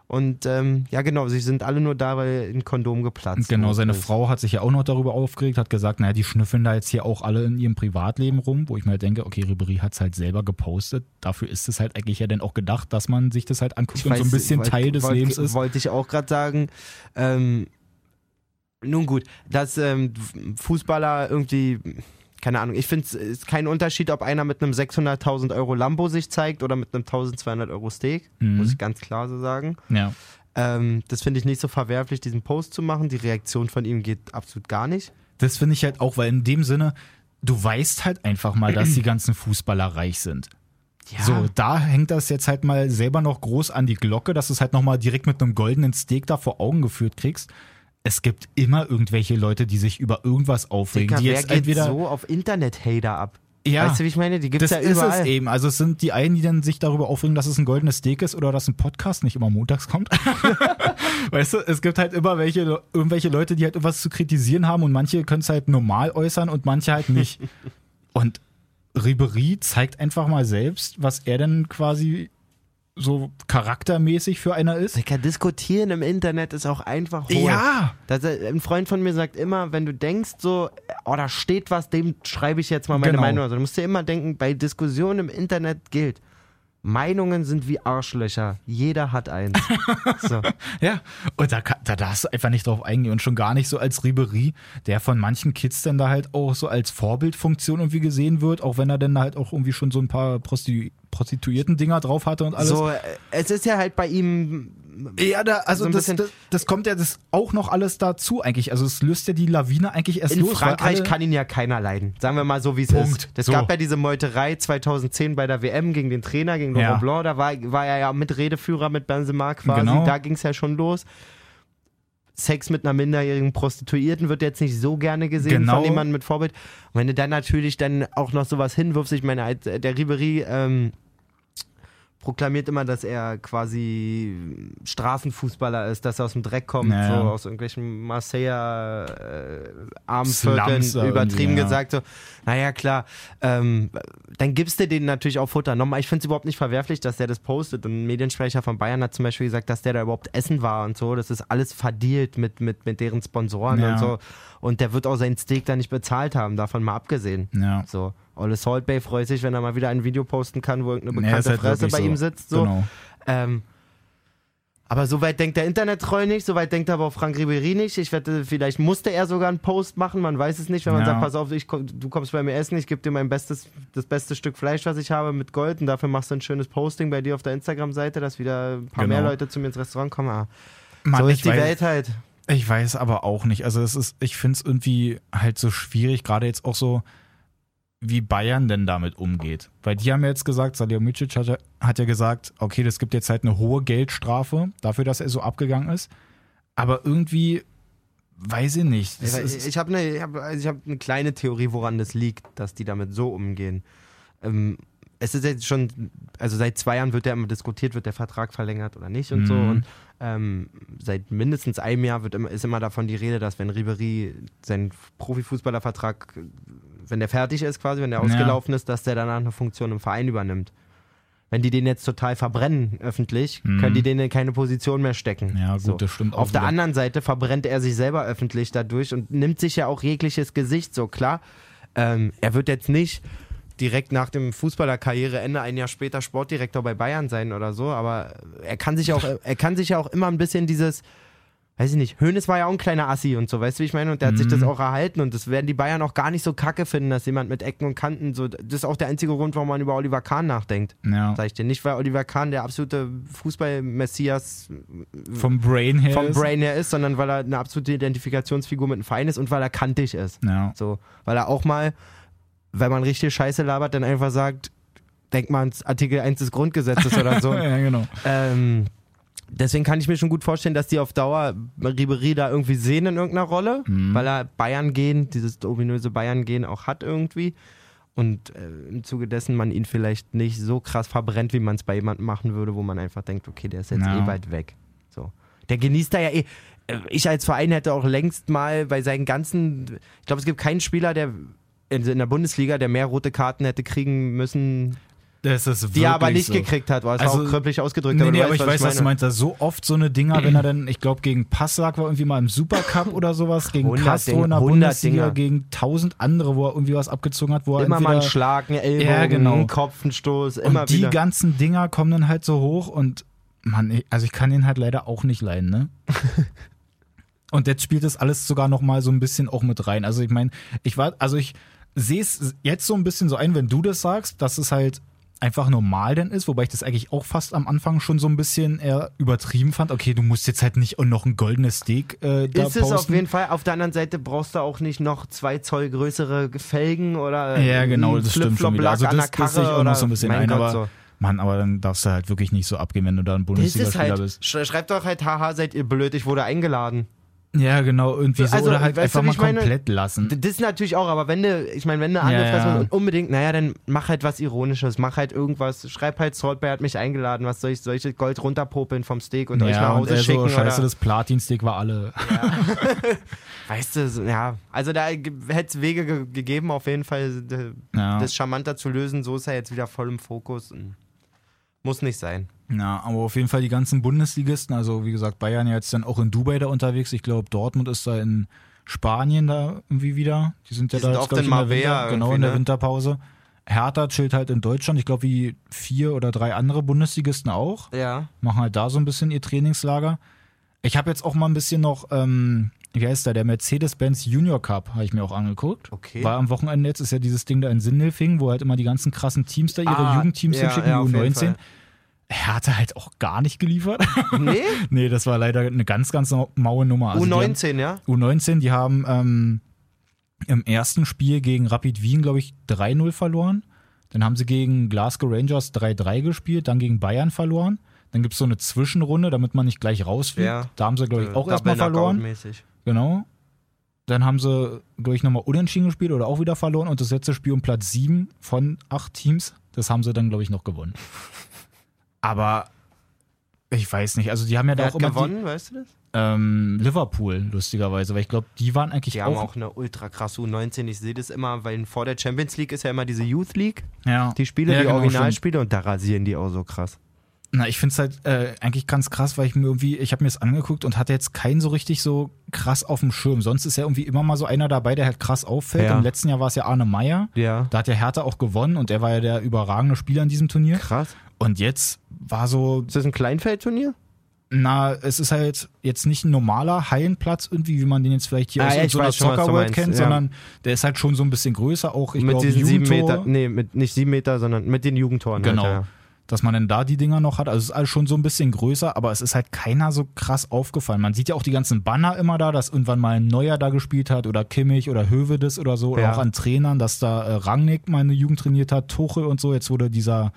S1: Und ähm, ja, genau, sie sind alle nur da, weil ein Kondom geplatzt
S2: genau, seine
S1: ist.
S2: Frau hat sich ja auch noch darüber aufgeregt, hat gesagt, naja, die schnüffeln da jetzt hier auch alle in ihrem Privatleben rum, wo ich mir halt denke, okay, Ribery hat es halt selber gepostet. Dafür ist es halt eigentlich ja dann auch gedacht, dass man sich das halt anguckt und so ein
S1: weiß,
S2: bisschen
S1: wollt-
S2: Teil des
S1: wollt-
S2: Lebens ist.
S1: Wollte ich auch gerade sagen. Ähm, nun gut, dass ähm, F- Fußballer irgendwie keine Ahnung. Ich finde es ist kein Unterschied, ob einer mit einem 600.000 Euro Lambo sich zeigt oder mit einem 1.200 Euro Steak.
S2: Mhm.
S1: Muss ich ganz klar so sagen.
S2: Ja.
S1: Ähm, das finde ich nicht so verwerflich, diesen Post zu machen. Die Reaktion von ihm geht absolut gar nicht.
S2: Das finde ich halt auch, weil in dem Sinne, du weißt halt einfach mal, dass die ganzen Fußballer reich sind. So, da hängt das jetzt halt mal selber noch groß an die Glocke, dass du es halt nochmal direkt mit einem goldenen Steak da vor Augen geführt kriegst. Es gibt immer irgendwelche Leute, die sich über irgendwas aufregen,
S1: Dicker,
S2: die
S1: wer
S2: jetzt
S1: geht
S2: entweder.
S1: so auf Internet-Hater ab?
S2: Ja.
S1: Weißt du, wie ich meine? Die gibt es
S2: das
S1: ja
S2: ist
S1: überall.
S2: es eben. Also es sind die einen, die dann sich darüber aufregen, dass es ein goldenes Steak ist oder dass ein Podcast nicht immer montags kommt. weißt du, es gibt halt immer welche, irgendwelche Leute, die halt irgendwas zu kritisieren haben und manche können es halt normal äußern und manche halt nicht. und Ribery zeigt einfach mal selbst, was er denn quasi so charaktermäßig für einer ist.
S1: Dicker, diskutieren im Internet ist auch einfach hohl.
S2: Ja.
S1: Das, äh, ein Freund von mir sagt immer, wenn du denkst so, äh, oh, da steht was, dem schreibe ich jetzt mal meine
S2: Genau.
S1: Meinung. Also, du musst dir immer denken, bei Diskussionen im Internet gilt, Meinungen sind wie Arschlöcher. Jeder hat eins. so.
S2: Ja, und da, ka- da darfst du einfach nicht drauf eingehen und schon gar nicht so als Ribery, der von manchen Kids dann da halt auch so als Vorbildfunktion irgendwie gesehen wird, auch wenn er dann halt auch irgendwie schon so ein paar Prosti Prostituierten-Dinger drauf hatte und alles.
S1: so, äh, es ist ja halt bei ihm,
S2: ja, da, also
S1: so ein
S2: das,
S1: bisschen-
S2: das, das kommt ja das auch noch alles dazu eigentlich. Also es löst ja die Lawine eigentlich erst
S1: in
S2: los. weil
S1: Frankreich
S2: alle-
S1: kann ihn ja keiner leiden. Sagen wir mal so, wie es
S2: Punkt.
S1: ist. Es
S2: So.
S1: gab ja diese Meuterei 2010 bei der WM gegen den Trainer, gegen Laurent
S2: Ja.
S1: Blanc. Da war, war er ja mit Redeführer mit Benzema quasi.
S2: Genau.
S1: Da ging es ja schon los. Sex mit einer minderjährigen Prostituierten wird jetzt nicht so gerne gesehen
S2: Genau.
S1: von jemandem mit Vorbild. Und wenn du dann natürlich dann auch noch sowas hinwirfst, ich meine, als, äh, der Ribery ähm, proklamiert immer, dass er quasi Straßenfußballer ist, dass er aus dem Dreck kommt,
S2: Naja.
S1: so aus irgendwelchen Marseille äh,
S2: Slums da
S1: Armvierteln,
S2: irgendwie,
S1: übertrieben
S2: ja.
S1: gesagt, so, naja, klar, ähm, dann gibst du denen natürlich auch Futter. Nochmal, ich finde es überhaupt nicht verwerflich, dass der das postet. Und ein Mediensprecher von Bayern hat zum Beispiel gesagt, dass der da überhaupt essen war und so. Das ist alles verdealt mit, mit, mit deren Sponsoren
S2: Ja.
S1: und so. Und der wird auch seinen Steak da nicht bezahlt haben, davon mal abgesehen.
S2: Ja.
S1: So. Olle Salt Bay freut sich, wenn er mal wieder ein Video posten kann, wo irgendeine
S2: Nee, ist
S1: bekannte
S2: halt
S1: Fresse
S2: wirklich
S1: bei
S2: so.
S1: ihm sitzt. So.
S2: Genau.
S1: Ähm, aber so weit denkt der Internettreue nicht, so weit denkt aber auch Frank Ribery nicht. Ich wette, vielleicht musste er sogar einen Post machen, man weiß es nicht, wenn man
S2: Ja.
S1: sagt, pass auf, ich, komm- du kommst bei mir essen, ich gebe dir mein bestes, das beste Stück Fleisch, was ich habe, mit Gold und dafür machst du ein schönes Posting bei dir auf der Instagram-Seite, dass wieder ein paar
S2: Genau.
S1: mehr Leute zu mir ins Restaurant kommen. Ah,
S2: Mann,
S1: so
S2: ich
S1: ist die
S2: weiß-
S1: Welt halt.
S2: Ich weiß aber auch nicht. Also es ist, ich finde es irgendwie halt so schwierig, gerade jetzt auch so, wie Bayern denn damit umgeht. Weil die haben ja jetzt gesagt, Salihamidzic hat, ja- hat ja gesagt, okay, das gibt jetzt halt eine hohe Geldstrafe dafür, dass er so abgegangen ist. Aber irgendwie weiß ich nicht. Es
S1: Ich,
S2: ist,
S1: ich habe eine hab, also ich hab ne kleine Theorie, woran das liegt, dass die damit so umgehen. Ähm, es ist jetzt schon, also seit zwei Jahren wird ja immer diskutiert, wird der Vertrag verlängert oder nicht und so.
S2: Mhm.
S1: Und ähm, seit mindestens einem Jahr wird immer, ist immer davon die Rede, dass wenn Ribery seinen Profifußballervertrag, wenn der fertig ist quasi, wenn der
S2: Ja.
S1: ausgelaufen ist, dass der danach eine Funktion im Verein übernimmt. Wenn die den jetzt total verbrennen öffentlich,
S2: Mhm.
S1: können die den in keine Position mehr stecken.
S2: ja, gut, das stimmt auch.
S1: Auf der
S2: wieder.
S1: anderen Seite verbrennt er sich selber öffentlich dadurch und nimmt sich ja auch jegliches Gesicht, so klar. Ähm, er wird jetzt nicht direkt nach dem Fußballerkarriereende ein Jahr später Sportdirektor bei Bayern sein oder so, aber er kann sich auch, er kann sich ja auch immer ein bisschen dieses, weiß ich nicht, Hönes war ja auch ein kleiner Assi und so, weißt du, wie ich meine? Und der hat sich das
S2: Mhm.
S1: auch erhalten und das werden die Bayern auch gar nicht so kacke finden, dass jemand mit Ecken und Kanten so, das ist auch der einzige Grund, warum man über Oliver Kahn nachdenkt,
S2: ja,
S1: sag ich dir. Nicht, weil Oliver Kahn der absolute Fußball-Messias
S2: vom Brain her.
S1: vom
S2: ist-
S1: Brain her ist, sondern weil er eine absolute Identifikationsfigur mit einem Verein ist und weil er kantig ist.
S2: Ja.
S1: So, weil er auch mal, wenn man richtig Scheiße labert, dann einfach sagt, denk mal ans Artikel 1 des Grundgesetzes oder so.
S2: ja, genau.
S1: ähm, deswegen kann ich mir schon gut vorstellen, dass die auf Dauer Ribery da irgendwie sehen in irgendeiner Rolle, weil er Bayern gehen, dieses ominöse Bayern gehen auch hat irgendwie. Und äh, im Zuge dessen man ihn vielleicht nicht so krass verbrennt, wie man es bei jemandem machen würde, wo man einfach denkt, okay, der ist jetzt
S2: Ja.
S1: eh weit weg. So. Der genießt da ja eh. äh, Ich als Verein hätte auch längst mal bei seinen ganzen. Ich glaube, es gibt keinen Spieler, der in, in der Bundesliga, der mehr rote Karten hätte kriegen müssen,
S2: Das ist wirklich
S1: die er aber nicht
S2: so.
S1: gekriegt hat. War es
S2: Also-
S1: auch kröplich ausgedrückt.
S2: Nee,
S1: du
S2: nee, aber
S1: weißt,
S2: ich weiß, was
S1: meine.
S2: du meinst. Da so oft so eine Dinger, wenn er dann, ich glaube, gegen Passlag war irgendwie mal im Supercup oder sowas, gegen
S1: 100
S2: Castro in
S1: Dinger,
S2: der
S1: 100
S2: Bundesliga,
S1: Dinger.
S2: gegen tausend andere, wo er irgendwie was abgezogen hat, wo er
S1: Immer mal einen
S2: entweder-
S1: Schlag, einen Ellbogen,
S2: Ja, genau.
S1: einen Kopfenstoß,
S2: und
S1: immer
S2: die
S1: wieder.
S2: ganzen Dinger kommen dann halt so hoch und Mann, ich, also ich kann ihn halt leider auch nicht leiden, ne? und jetzt spielt das alles sogar noch mal so ein bisschen auch mit rein. Also ich meine, ich war, also ich sehe es jetzt so ein bisschen so ein, wenn du das sagst, dass es halt einfach normal denn ist, wobei ich das eigentlich auch fast am Anfang schon so ein bisschen eher übertrieben fand. Okay, du musst jetzt halt nicht noch ein goldenes Steak äh, da
S1: ist
S2: posten.
S1: es auf jeden Fall. Auf der anderen Seite brauchst du auch nicht noch zwei Zoll größere Felgen oder äh,
S2: Ja, genau,
S1: einen
S2: das stimmt schon wieder.
S1: Flip-Flop-Lack
S2: Also
S1: an
S2: das,
S1: der
S2: das sehe ich
S1: Karre
S2: auch
S1: oder,
S2: noch so ein bisschen
S1: mein
S2: ein,
S1: Gott,
S2: aber
S1: so.
S2: Mann, aber dann darfst du halt wirklich nicht so abgehen, wenn du da ein
S1: Das ist
S2: Bundesligaspieler
S1: halt,
S2: bist.
S1: sch- schreibt doch halt, haha, seid ihr blöd, ich wurde eingeladen.
S2: Ja, genau, irgendwie so
S1: Also,
S2: oder halt
S1: weißt du,
S2: einfach mal
S1: wie ich meine?
S2: komplett lassen.
S1: D- Das natürlich auch, aber wenn du, ich meine, wenn du
S2: Ja,
S1: angefressen
S2: ja.
S1: bist und unbedingt, naja, dann mach halt was Ironisches, mach halt irgendwas, schreib halt, Saltbay hat mich eingeladen, was soll ich, soll ich das Gold runterpopeln vom Steak und euch nach
S2: Ja, und
S1: Hause
S2: er
S1: schicken?
S2: so, scheiße,
S1: oder,
S2: das Platin-Stick war alle.
S1: weißt du, so, ja, also da hätte es Wege ge gegeben, auf jeden Fall d-
S2: Ja.
S1: das charmanter zu lösen, so ist er jetzt wieder voll im Fokus. und Muss nicht sein.
S2: Ja, aber auf jeden Fall die ganzen Bundesligisten, also wie gesagt, Bayern ja jetzt dann auch in Dubai da unterwegs. Ich glaube, Dortmund ist da in Spanien da irgendwie wieder. Die sind ja
S1: Die
S2: da
S1: sind
S2: jetzt,
S1: oft
S2: glaub ich,
S1: in
S2: der
S1: Marbella
S2: Winter, genau
S1: irgendwie,
S2: in der
S1: ne?
S2: Winterpause. Hertha chillt halt in Deutschland, ich glaube, wie vier oder drei andere Bundesligisten auch.
S1: Ja.
S2: Machen halt da so ein bisschen ihr Trainingslager. Ich habe jetzt auch mal ein bisschen noch, ähm, wie heißt der, der Mercedes-Benz Junior Cup habe ich mir auch angeguckt.
S1: Okay.
S2: War am Wochenende jetzt, ist ja dieses Ding da in Sindelfingen, wo halt immer die ganzen krassen Teams da ihre
S1: Ah,
S2: Jugendteams
S1: ja,
S2: hinschicken,
S1: ja,
S2: die
S1: auf jeden
S2: U19.
S1: Fall.
S2: Hertha halt auch gar nicht geliefert.
S1: Nee?
S2: nee, das war leider eine ganz, ganz maue Nummer. Also die Also haben-
S1: U19, ja?
S2: U19, die haben ähm, im ersten Spiel gegen Rapid Wien, glaube ich, 3-0 verloren. Dann haben sie gegen Glasgow Rangers 3-3 gespielt, dann gegen Bayern verloren. Dann gibt es so eine Zwischenrunde, damit man nicht gleich rausfliegt.
S1: Ja. Äh,
S2: Da haben sie, glaube ich, auch erstmal verloren.
S1: Mäßig.
S2: Genau. Dann haben sie, glaube ich, nochmal unentschieden gespielt oder auch wieder verloren. Und das letzte Spiel um Platz 7 von 8 Teams, das haben sie dann, glaube ich, noch gewonnen. Aber ich weiß nicht. Also, die haben ja da
S1: Wer
S2: auch
S1: hat
S2: immer
S1: gewonnen, weißt du das?
S2: Die, ähm, Liverpool, lustigerweise. Weil ich glaube, die waren eigentlich
S1: Die
S2: auch,
S1: haben auch eine ultra krasse U19. Ich sehe das immer, weil vor der Champions League ist ja immer diese Youth League,
S2: Ja.
S1: die Spiele,
S2: Ja,
S1: die
S2: genau, stimmt.
S1: Originalspiele und da rasieren die auch so krass.
S2: Na, ich finde es halt äh, eigentlich ganz krass, weil ich mir irgendwie, ich habe mir das angeguckt und hatte jetzt keinen so richtig so krass auf dem Schirm. Sonst ist ja irgendwie immer mal so einer dabei, der halt krass auffällt.
S1: Ja.
S2: Im letzten Jahr war es ja Arne Meyer.
S1: Ja.
S2: Da hat ja Hertha auch gewonnen und er war ja der überragende Spieler in diesem Turnier.
S1: Krass.
S2: Und jetzt war so,
S1: Ist das ein Kleinfeldturnier?
S2: na, es ist halt jetzt nicht ein normaler Hallenplatz irgendwie, wie man den jetzt vielleicht hier
S1: Ah,
S2: aus
S1: ja,
S2: irgendeiner
S1: ich weiß schon, was du
S2: Soccer World
S1: meinst,
S2: kennt,
S1: ja.
S2: sondern der ist halt schon so ein bisschen größer, auch ich
S1: mit
S2: glaube
S1: diesen sieben Meter,
S2: Jugendtore,
S1: nee, mit, nicht sieben Meter, sondern mit den Jugendtoren.
S2: Genau.
S1: Halt,
S2: dass man dann da die Dinger noch hat. Also es ist alles schon so ein bisschen größer, aber es ist halt keiner so krass aufgefallen. Man sieht ja auch die ganzen Banner immer da, dass irgendwann mal ein Neuer da gespielt hat oder Kimmich oder Hövedes oder so, oder
S1: Ja.
S2: auch an Trainern, dass da äh, Rangnick mal eine Jugend trainiert hat, Tuchel und so. Jetzt wurde dieser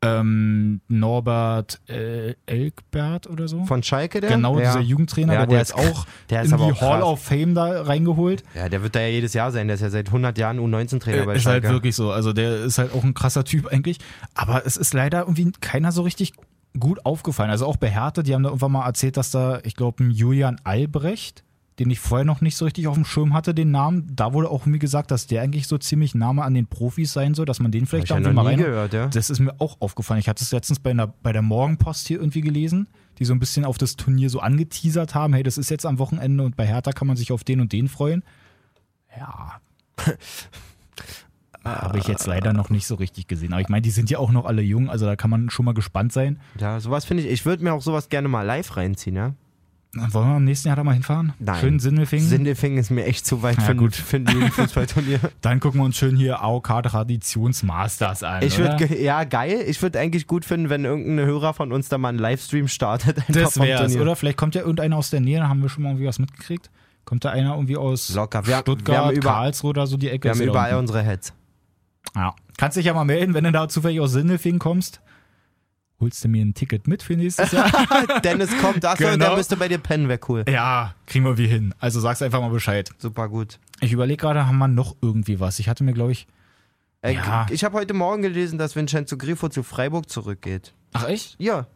S2: ähm, Norbert äh, Elkbert oder so.
S1: ja. Von Schalke der?
S2: Genau,
S1: ja.
S2: dieser Jugendtrainer,
S1: Ja,
S2: der, wurde
S1: der
S2: jetzt
S1: ist
S2: auch
S1: der
S2: in
S1: ist
S2: die
S1: aber auch
S2: Hall
S1: krass.
S2: of Fame da reingeholt.
S1: Ja, der wird da ja jedes Jahr sein. Der ist ja seit 100 Jahren U19-Trainer bei
S2: ist halt
S1: Schalke.
S2: wirklich so. Also der ist halt auch ein krasser Typ eigentlich. Aber es ist leider irgendwie keiner so richtig gut aufgefallen. Also auch bei Hertha, die haben da irgendwann mal erzählt, dass da, ich glaube, ein Julian Albrecht, den ich vorher noch nicht so richtig auf dem Schirm hatte, den Namen, da wurde auch irgendwie gesagt, dass der eigentlich so ziemlich Name an den Profis sein soll, dass man den
S1: Hab
S2: vielleicht
S1: ich ja
S2: irgendwie
S1: noch
S2: mal
S1: nie
S2: rein...
S1: gehört, ja.
S2: Das ist mir auch aufgefallen. Ich hatte es letztens bei, einer, bei der Morgenpost hier irgendwie gelesen, die so ein bisschen auf das Turnier so angeteasert haben. Hey, das ist jetzt am Wochenende und bei Hertha kann man sich auf den und den freuen. Ja. Habe ich jetzt leider noch nicht so richtig gesehen. Aber ich meine, die sind ja auch noch alle jung, also da kann man schon mal gespannt sein.
S1: Ja, sowas finde ich. Ich würde mir auch sowas gerne mal live reinziehen, ja.
S2: Dann wollen wir am nächsten Jahr da mal hinfahren?
S1: Nein.
S2: Schön Sindelfingen.
S1: Sindelfingen ist mir echt zu weit
S2: Ja,
S1: für, ein-
S2: gut.
S1: für ein Jugendfußballturnier.
S2: Dann gucken wir uns schön hier AOK Traditionsmasters an.
S1: Ich
S2: oder?
S1: würde ja geil. Ich würde eigentlich gut finden, wenn irgendein Hörer von uns da mal einen Livestream startet. einfach
S2: Das
S1: vom
S2: wär's,
S1: Turnier.
S2: oder? Vielleicht kommt ja irgendeiner aus der Nähe, dann haben wir schon mal irgendwie was mitgekriegt. Kommt da einer irgendwie aus
S1: Locker. Wir-
S2: Stuttgart,
S1: wir haben über-
S2: Karlsruhe oder so die Ecke?
S1: Wir
S2: ist
S1: haben
S2: ja da
S1: überall
S2: unten.
S1: unsere Heads.
S2: Ja. Kannst dich ja mal melden, wenn du da zufällig aus Sindelfingen kommst. Holst du mir ein Ticket mit für nächstes Jahr?
S1: Dennis kommt, achso,
S2: Genau.
S1: und dann bist du bei dir pennen, wäre cool.
S2: ja, kriegen wir wie hin. Also sag's einfach mal Bescheid.
S1: Super gut.
S2: Ich überlege gerade, haben wir noch irgendwie was? Ich hatte mir, glaube ich.
S1: Äh,
S2: Ja.
S1: Ich habe heute Morgen gelesen, dass Vincenzo Grifo zu Freiburg zurückgeht.
S2: Ach, echt?
S1: Ja.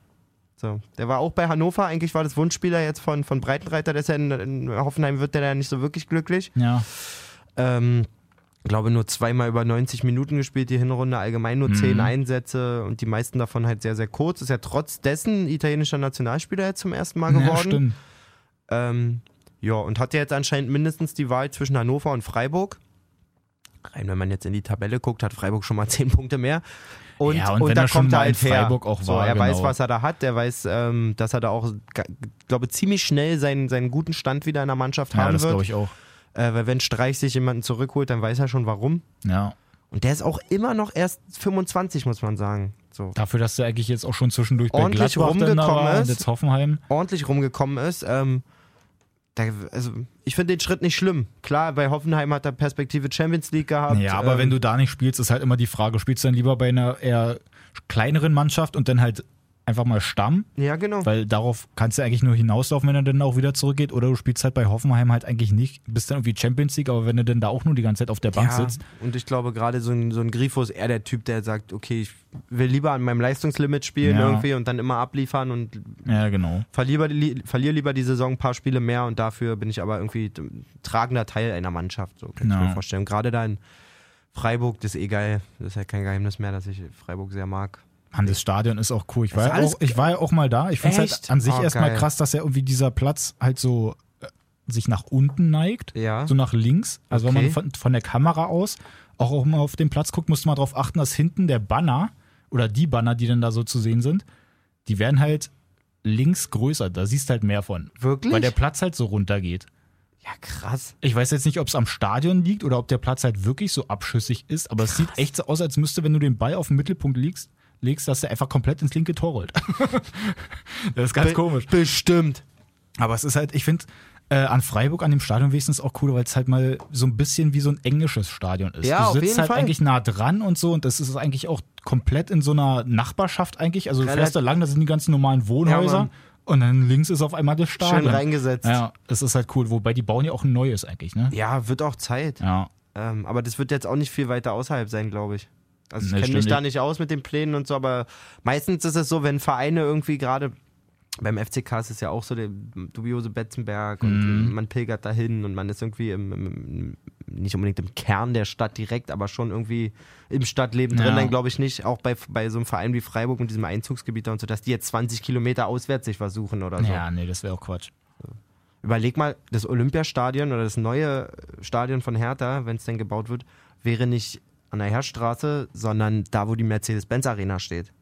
S1: So. Der war auch bei Hannover. Eigentlich war das Wunschspieler jetzt von, von Breitenreiter. Der ist ja in, in Hoffenheim wird der ja nicht so wirklich glücklich.
S2: Ja.
S1: Ähm, glaube nur zweimal über 90 Minuten gespielt, die Hinrunde allgemein
S2: Mhm.
S1: nur 10 Einsätze und die meisten davon halt sehr, sehr kurz. Ist ja trotz dessen italienischer Nationalspieler jetzt zum ersten Mal
S2: Ja,
S1: geworden.
S2: stimmt.
S1: Ja, ähm, ja und hat ja jetzt anscheinend mindestens die Wahl zwischen Hannover und Freiburg. Rein, wenn man jetzt in die Tabelle guckt, hat Freiburg schon mal 10 Punkte mehr. Und,
S2: Ja, und wenn
S1: da
S2: er schon
S1: kommt
S2: mal
S1: halt
S2: in
S1: her.
S2: Freiburg auch
S1: so,
S2: war,
S1: er weiß,
S2: genau.
S1: was er da hat. Er weiß, ähm, dass er da auch, ga- glaube ziemlich schnell seinen, seinen guten Stand wieder in der Mannschaft
S2: Ja,
S1: haben
S2: das
S1: wird.
S2: glaube ich auch.
S1: Äh, weil wenn Streich sich jemanden zurückholt, dann weiß er schon warum.
S2: Ja.
S1: Und der ist auch immer noch erst 25, muss man sagen. So.
S2: Dafür, dass er eigentlich jetzt auch schon zwischendurch bei
S1: Ordentlich
S2: Gladbach dann da
S1: rumgekommen
S2: war und
S1: ist.
S2: jetzt Hoffenheim.
S1: ordentlich rumgekommen ist. Ähm, da, also ich finde den Schritt nicht schlimm. Klar, bei Hoffenheim hat er Perspektive Champions League gehabt.
S2: Ja, aber
S1: ähm,
S2: wenn du da nicht spielst, ist halt immer die Frage, spielst du dann lieber bei einer eher kleineren Mannschaft und dann halt einfach mal Stamm,
S1: Ja, genau.
S2: weil darauf kannst du eigentlich nur hinauslaufen, wenn er dann auch wieder zurückgeht, oder du spielst halt bei Hoffenheim halt eigentlich nicht, bist dann irgendwie Champions League, aber wenn du dann da auch nur die ganze Zeit auf der Bank
S1: Ja,
S2: sitzt,
S1: und ich glaube, gerade so ein, so ein Grifo ist eher der Typ, der sagt, okay, ich will lieber an meinem Leistungslimit spielen
S2: Ja.
S1: irgendwie und dann immer abliefern und
S2: ja genau.
S1: verliere, li, verliere lieber die Saison ein paar Spiele mehr und dafür bin ich aber irgendwie d- tragender Teil einer Mannschaft, so kann
S2: Ja.
S1: ich mir vorstellen. Gerade da in Freiburg, das ist eh geil. Das ist ja kein Geheimnis mehr, dass ich Freiburg sehr mag.
S2: Mann, das Stadion ist auch cool. Ich war,
S1: Ist
S2: ja
S1: alles
S2: auch, ich war ja auch mal da. Ich finde es halt
S1: Echt?
S2: an sich
S1: Oh,
S2: erstmal
S1: geil.
S2: krass, dass ja irgendwie dieser Platz halt so äh, sich nach unten neigt,
S1: Ja.
S2: so nach links. Also wenn man
S1: Okay.
S2: von, von der Kamera aus auch, auch mal auf den Platz guckt, musste man darauf achten, dass hinten der Banner oder die Banner, die dann da so zu sehen sind, die werden halt links größer. Da siehst halt mehr von.
S1: Wirklich?
S2: Weil der Platz halt so runtergeht.
S1: ja, krass.
S2: Ich weiß jetzt nicht, ob es am Stadion liegt oder ob der Platz halt wirklich so abschüssig ist, aber es sieht echt so aus, als müsste, wenn du den Ball auf den Mittelpunkt legst, legst dass der einfach komplett ins linke Tor rollt. das ist ganz
S1: Be-
S2: komisch.
S1: Bestimmt.
S2: Aber es ist halt, ich finde äh, an Freiburg, an dem Stadion wenigstens auch cool, weil es halt mal so ein bisschen wie so ein englisches Stadion ist.
S1: Ja,
S2: du
S1: auf
S2: sitzt
S1: jeden
S2: halt
S1: Fall.
S2: eigentlich nah dran und so und das ist eigentlich auch komplett in so einer Nachbarschaft eigentlich. Also du
S1: Relat-
S2: fährst da lang, da sind die ganzen normalen Wohnhäuser.
S1: Mann.
S2: und dann links ist auf einmal das Stadion.
S1: Schön reingesetzt.
S2: Ja, es ist halt cool. Wobei die bauen ja auch ein neues eigentlich, ne?
S1: Ja, wird auch Zeit.
S2: Ja.
S1: Ähm, aber das wird jetzt auch nicht viel weiter außerhalb sein, glaube ich. Also ich
S2: Nee,
S1: kenne
S2: stimmt
S1: mich da
S2: nicht.
S1: nicht aus mit den Plänen und so, aber meistens ist es so, wenn Vereine irgendwie gerade beim FCK ist es ja auch so der dubiose Betzenberg und
S2: Mhm.
S1: man pilgert dahin und man ist irgendwie im, im, im, nicht unbedingt im Kern der Stadt direkt, aber schon irgendwie im Stadtleben
S2: Ja.
S1: drin, dann glaube ich nicht, auch bei, bei so einem Verein wie Freiburg mit diesem Einzugsgebiet da und so, dass die jetzt 20 Kilometer auswärts sich versuchen oder so.
S2: Ja, nee, das wäre auch Quatsch.
S1: Überleg mal, das Olympiastadion oder das neue äh, Stadion von Hertha, wenn es denn gebaut wird, wäre nicht an der Herrstraße, sondern da, wo die Mercedes-Benz-Arena steht.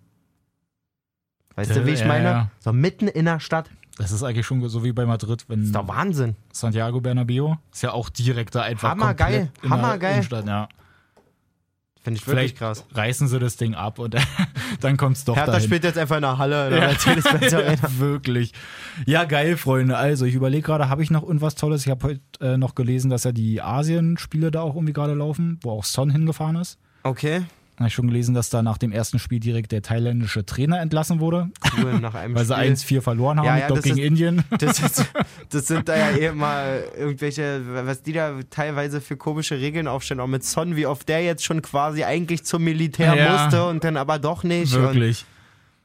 S1: Weißt du, wie ich
S2: Ja,
S1: meine?
S2: ja.
S1: So mitten in der Stadt.
S2: Das ist eigentlich schon so wie bei Madrid, wenn
S1: Ist doch Wahnsinn.
S2: Santiago Bernabeo ist ja auch direkt da einfach
S1: Hammergeil,
S2: komplett in der
S1: hammergeil.
S2: Innenstadt, ja.
S1: Finde ich
S2: Vielleicht
S1: wirklich krass.
S2: reißen sie das Ding ab und dann kommt's doch
S1: Hertha
S2: dahin.
S1: spielt jetzt einfach in der Halle in der Mercedes-Benz-Arena.
S2: Also, Wirklich. Ja, geil, Freunde. Also, ich überlege gerade, habe ich noch irgendwas Tolles? Ich habe heute äh, noch gelesen, dass ja die Asien-Spiele da auch irgendwie gerade laufen, wo auch Son hingefahren ist.
S1: Okay,
S2: Habe ich schon gelesen, dass da nach dem ersten Spiel direkt der thailändische Trainer entlassen wurde,
S1: cool, nach einem
S2: weil sie
S1: Spiel.
S2: 1-4 verloren haben,
S1: Ja,
S2: ich
S1: ja,
S2: glaube
S1: das
S2: gegen
S1: ist-
S2: Indien.
S1: Das, ist, das sind da ja eh mal irgendwelche, was die da teilweise für komische Regeln aufstellen, auch mit Son, wie oft der jetzt schon quasi eigentlich zum Militär
S2: Ja.
S1: musste und dann aber doch nicht. Und
S2: Wirklich.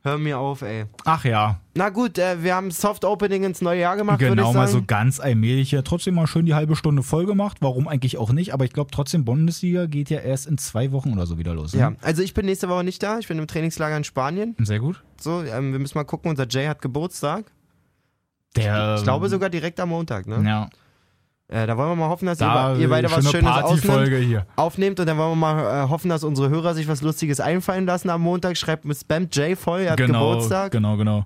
S1: hör mir auf, ey.
S2: Ach ja,
S1: Na gut, äh, wir haben Soft Opening ins neue Jahr gemacht, würde ich
S2: Genau,
S1: sagen.
S2: mal so ganz allmählich. Ja, trotzdem mal schön die halbe Stunde voll gemacht. Warum eigentlich auch nicht? Aber ich glaube trotzdem, Bundesliga geht ja erst in zwei Wochen oder so wieder los. Ne?
S1: ja, also ich bin nächste Woche nicht da. Ich bin im Trainingslager in Spanien.
S2: Sehr gut.
S1: So, ähm, wir müssen mal gucken. Unser Jay hat Geburtstag.
S2: Der,
S1: Ich glaube sogar direkt am Montag. Ne?
S2: Ähm, Ja,
S1: Äh, da wollen wir mal hoffen, dass ihr,
S2: da
S1: ba- ihr beide was
S2: schöne
S1: Schönes ausnimmt.
S2: Partyfolge hier.
S1: aufnehmt und dann wollen wir mal äh, hoffen, dass unsere Hörer sich was Lustiges einfallen lassen am Montag. Schreibt mit Spam Jay voll, er hat
S2: genau,
S1: Geburtstag.
S2: genau, genau.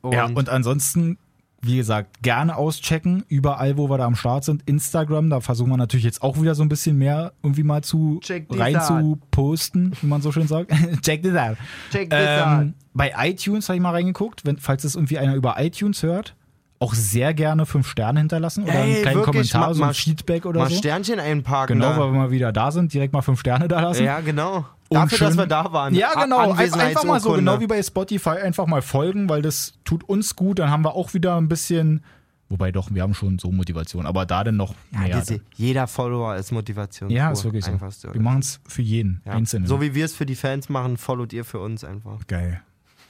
S1: Und
S2: ja, und ansonsten, wie gesagt, gerne auschecken. Überall, wo wir da am Start sind. Instagram, da versuchen wir natürlich jetzt auch wieder so ein bisschen mehr irgendwie mal zu
S1: Check this
S2: rein
S1: out.
S2: zu posten, wie man so schön sagt. Check this out.
S1: check this
S2: Ähm,
S1: out.
S2: bei iTunes habe ich mal reingeguckt, wenn, falls es irgendwie einer über iTunes hört, auch sehr gerne fünf Sterne hinterlassen oder einen
S1: Ey,
S2: kleinen
S1: wirklich,
S2: Kommentar,
S1: ma-
S2: so ein
S1: ma-
S2: Feedback oder
S1: Mal
S2: so.
S1: Sternchen einparken.
S2: Genau, weil
S1: da.
S2: wir mal wieder da sind, direkt mal fünf Sterne da lassen.
S1: Ja, genau. Dafür,
S2: schön-
S1: dass wir da waren.
S2: Ja,
S1: A-
S2: genau. Ein- Einfach mal so,
S1: Anwesenheitsurkunde.
S2: genau wie bei Spotify, einfach mal folgen, weil das tut uns gut. Dann haben wir auch wieder ein bisschen, wobei doch, wir haben schon so Motivation, aber da dann noch mehr.
S1: Ja, diese, jeder Follower ist Motivation.
S2: ja, ist wirklich so.
S1: Einfach so.
S2: Wir machen es für jeden
S1: Ja.
S2: Einzelnen.
S1: So wie wir es für die Fans machen, followt ihr für uns einfach.
S2: Geil.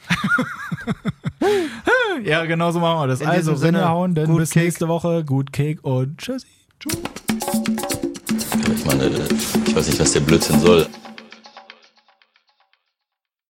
S2: ja, genau so machen wir das.
S1: In
S2: also,
S1: diesem Sinne,
S2: reingehauen, dann
S1: gut
S2: bis
S1: Kick.
S2: nächste Woche. Gut Kick und tschüssi.
S4: Ich meine, ich weiß äh, nicht, was der Blödsinn soll.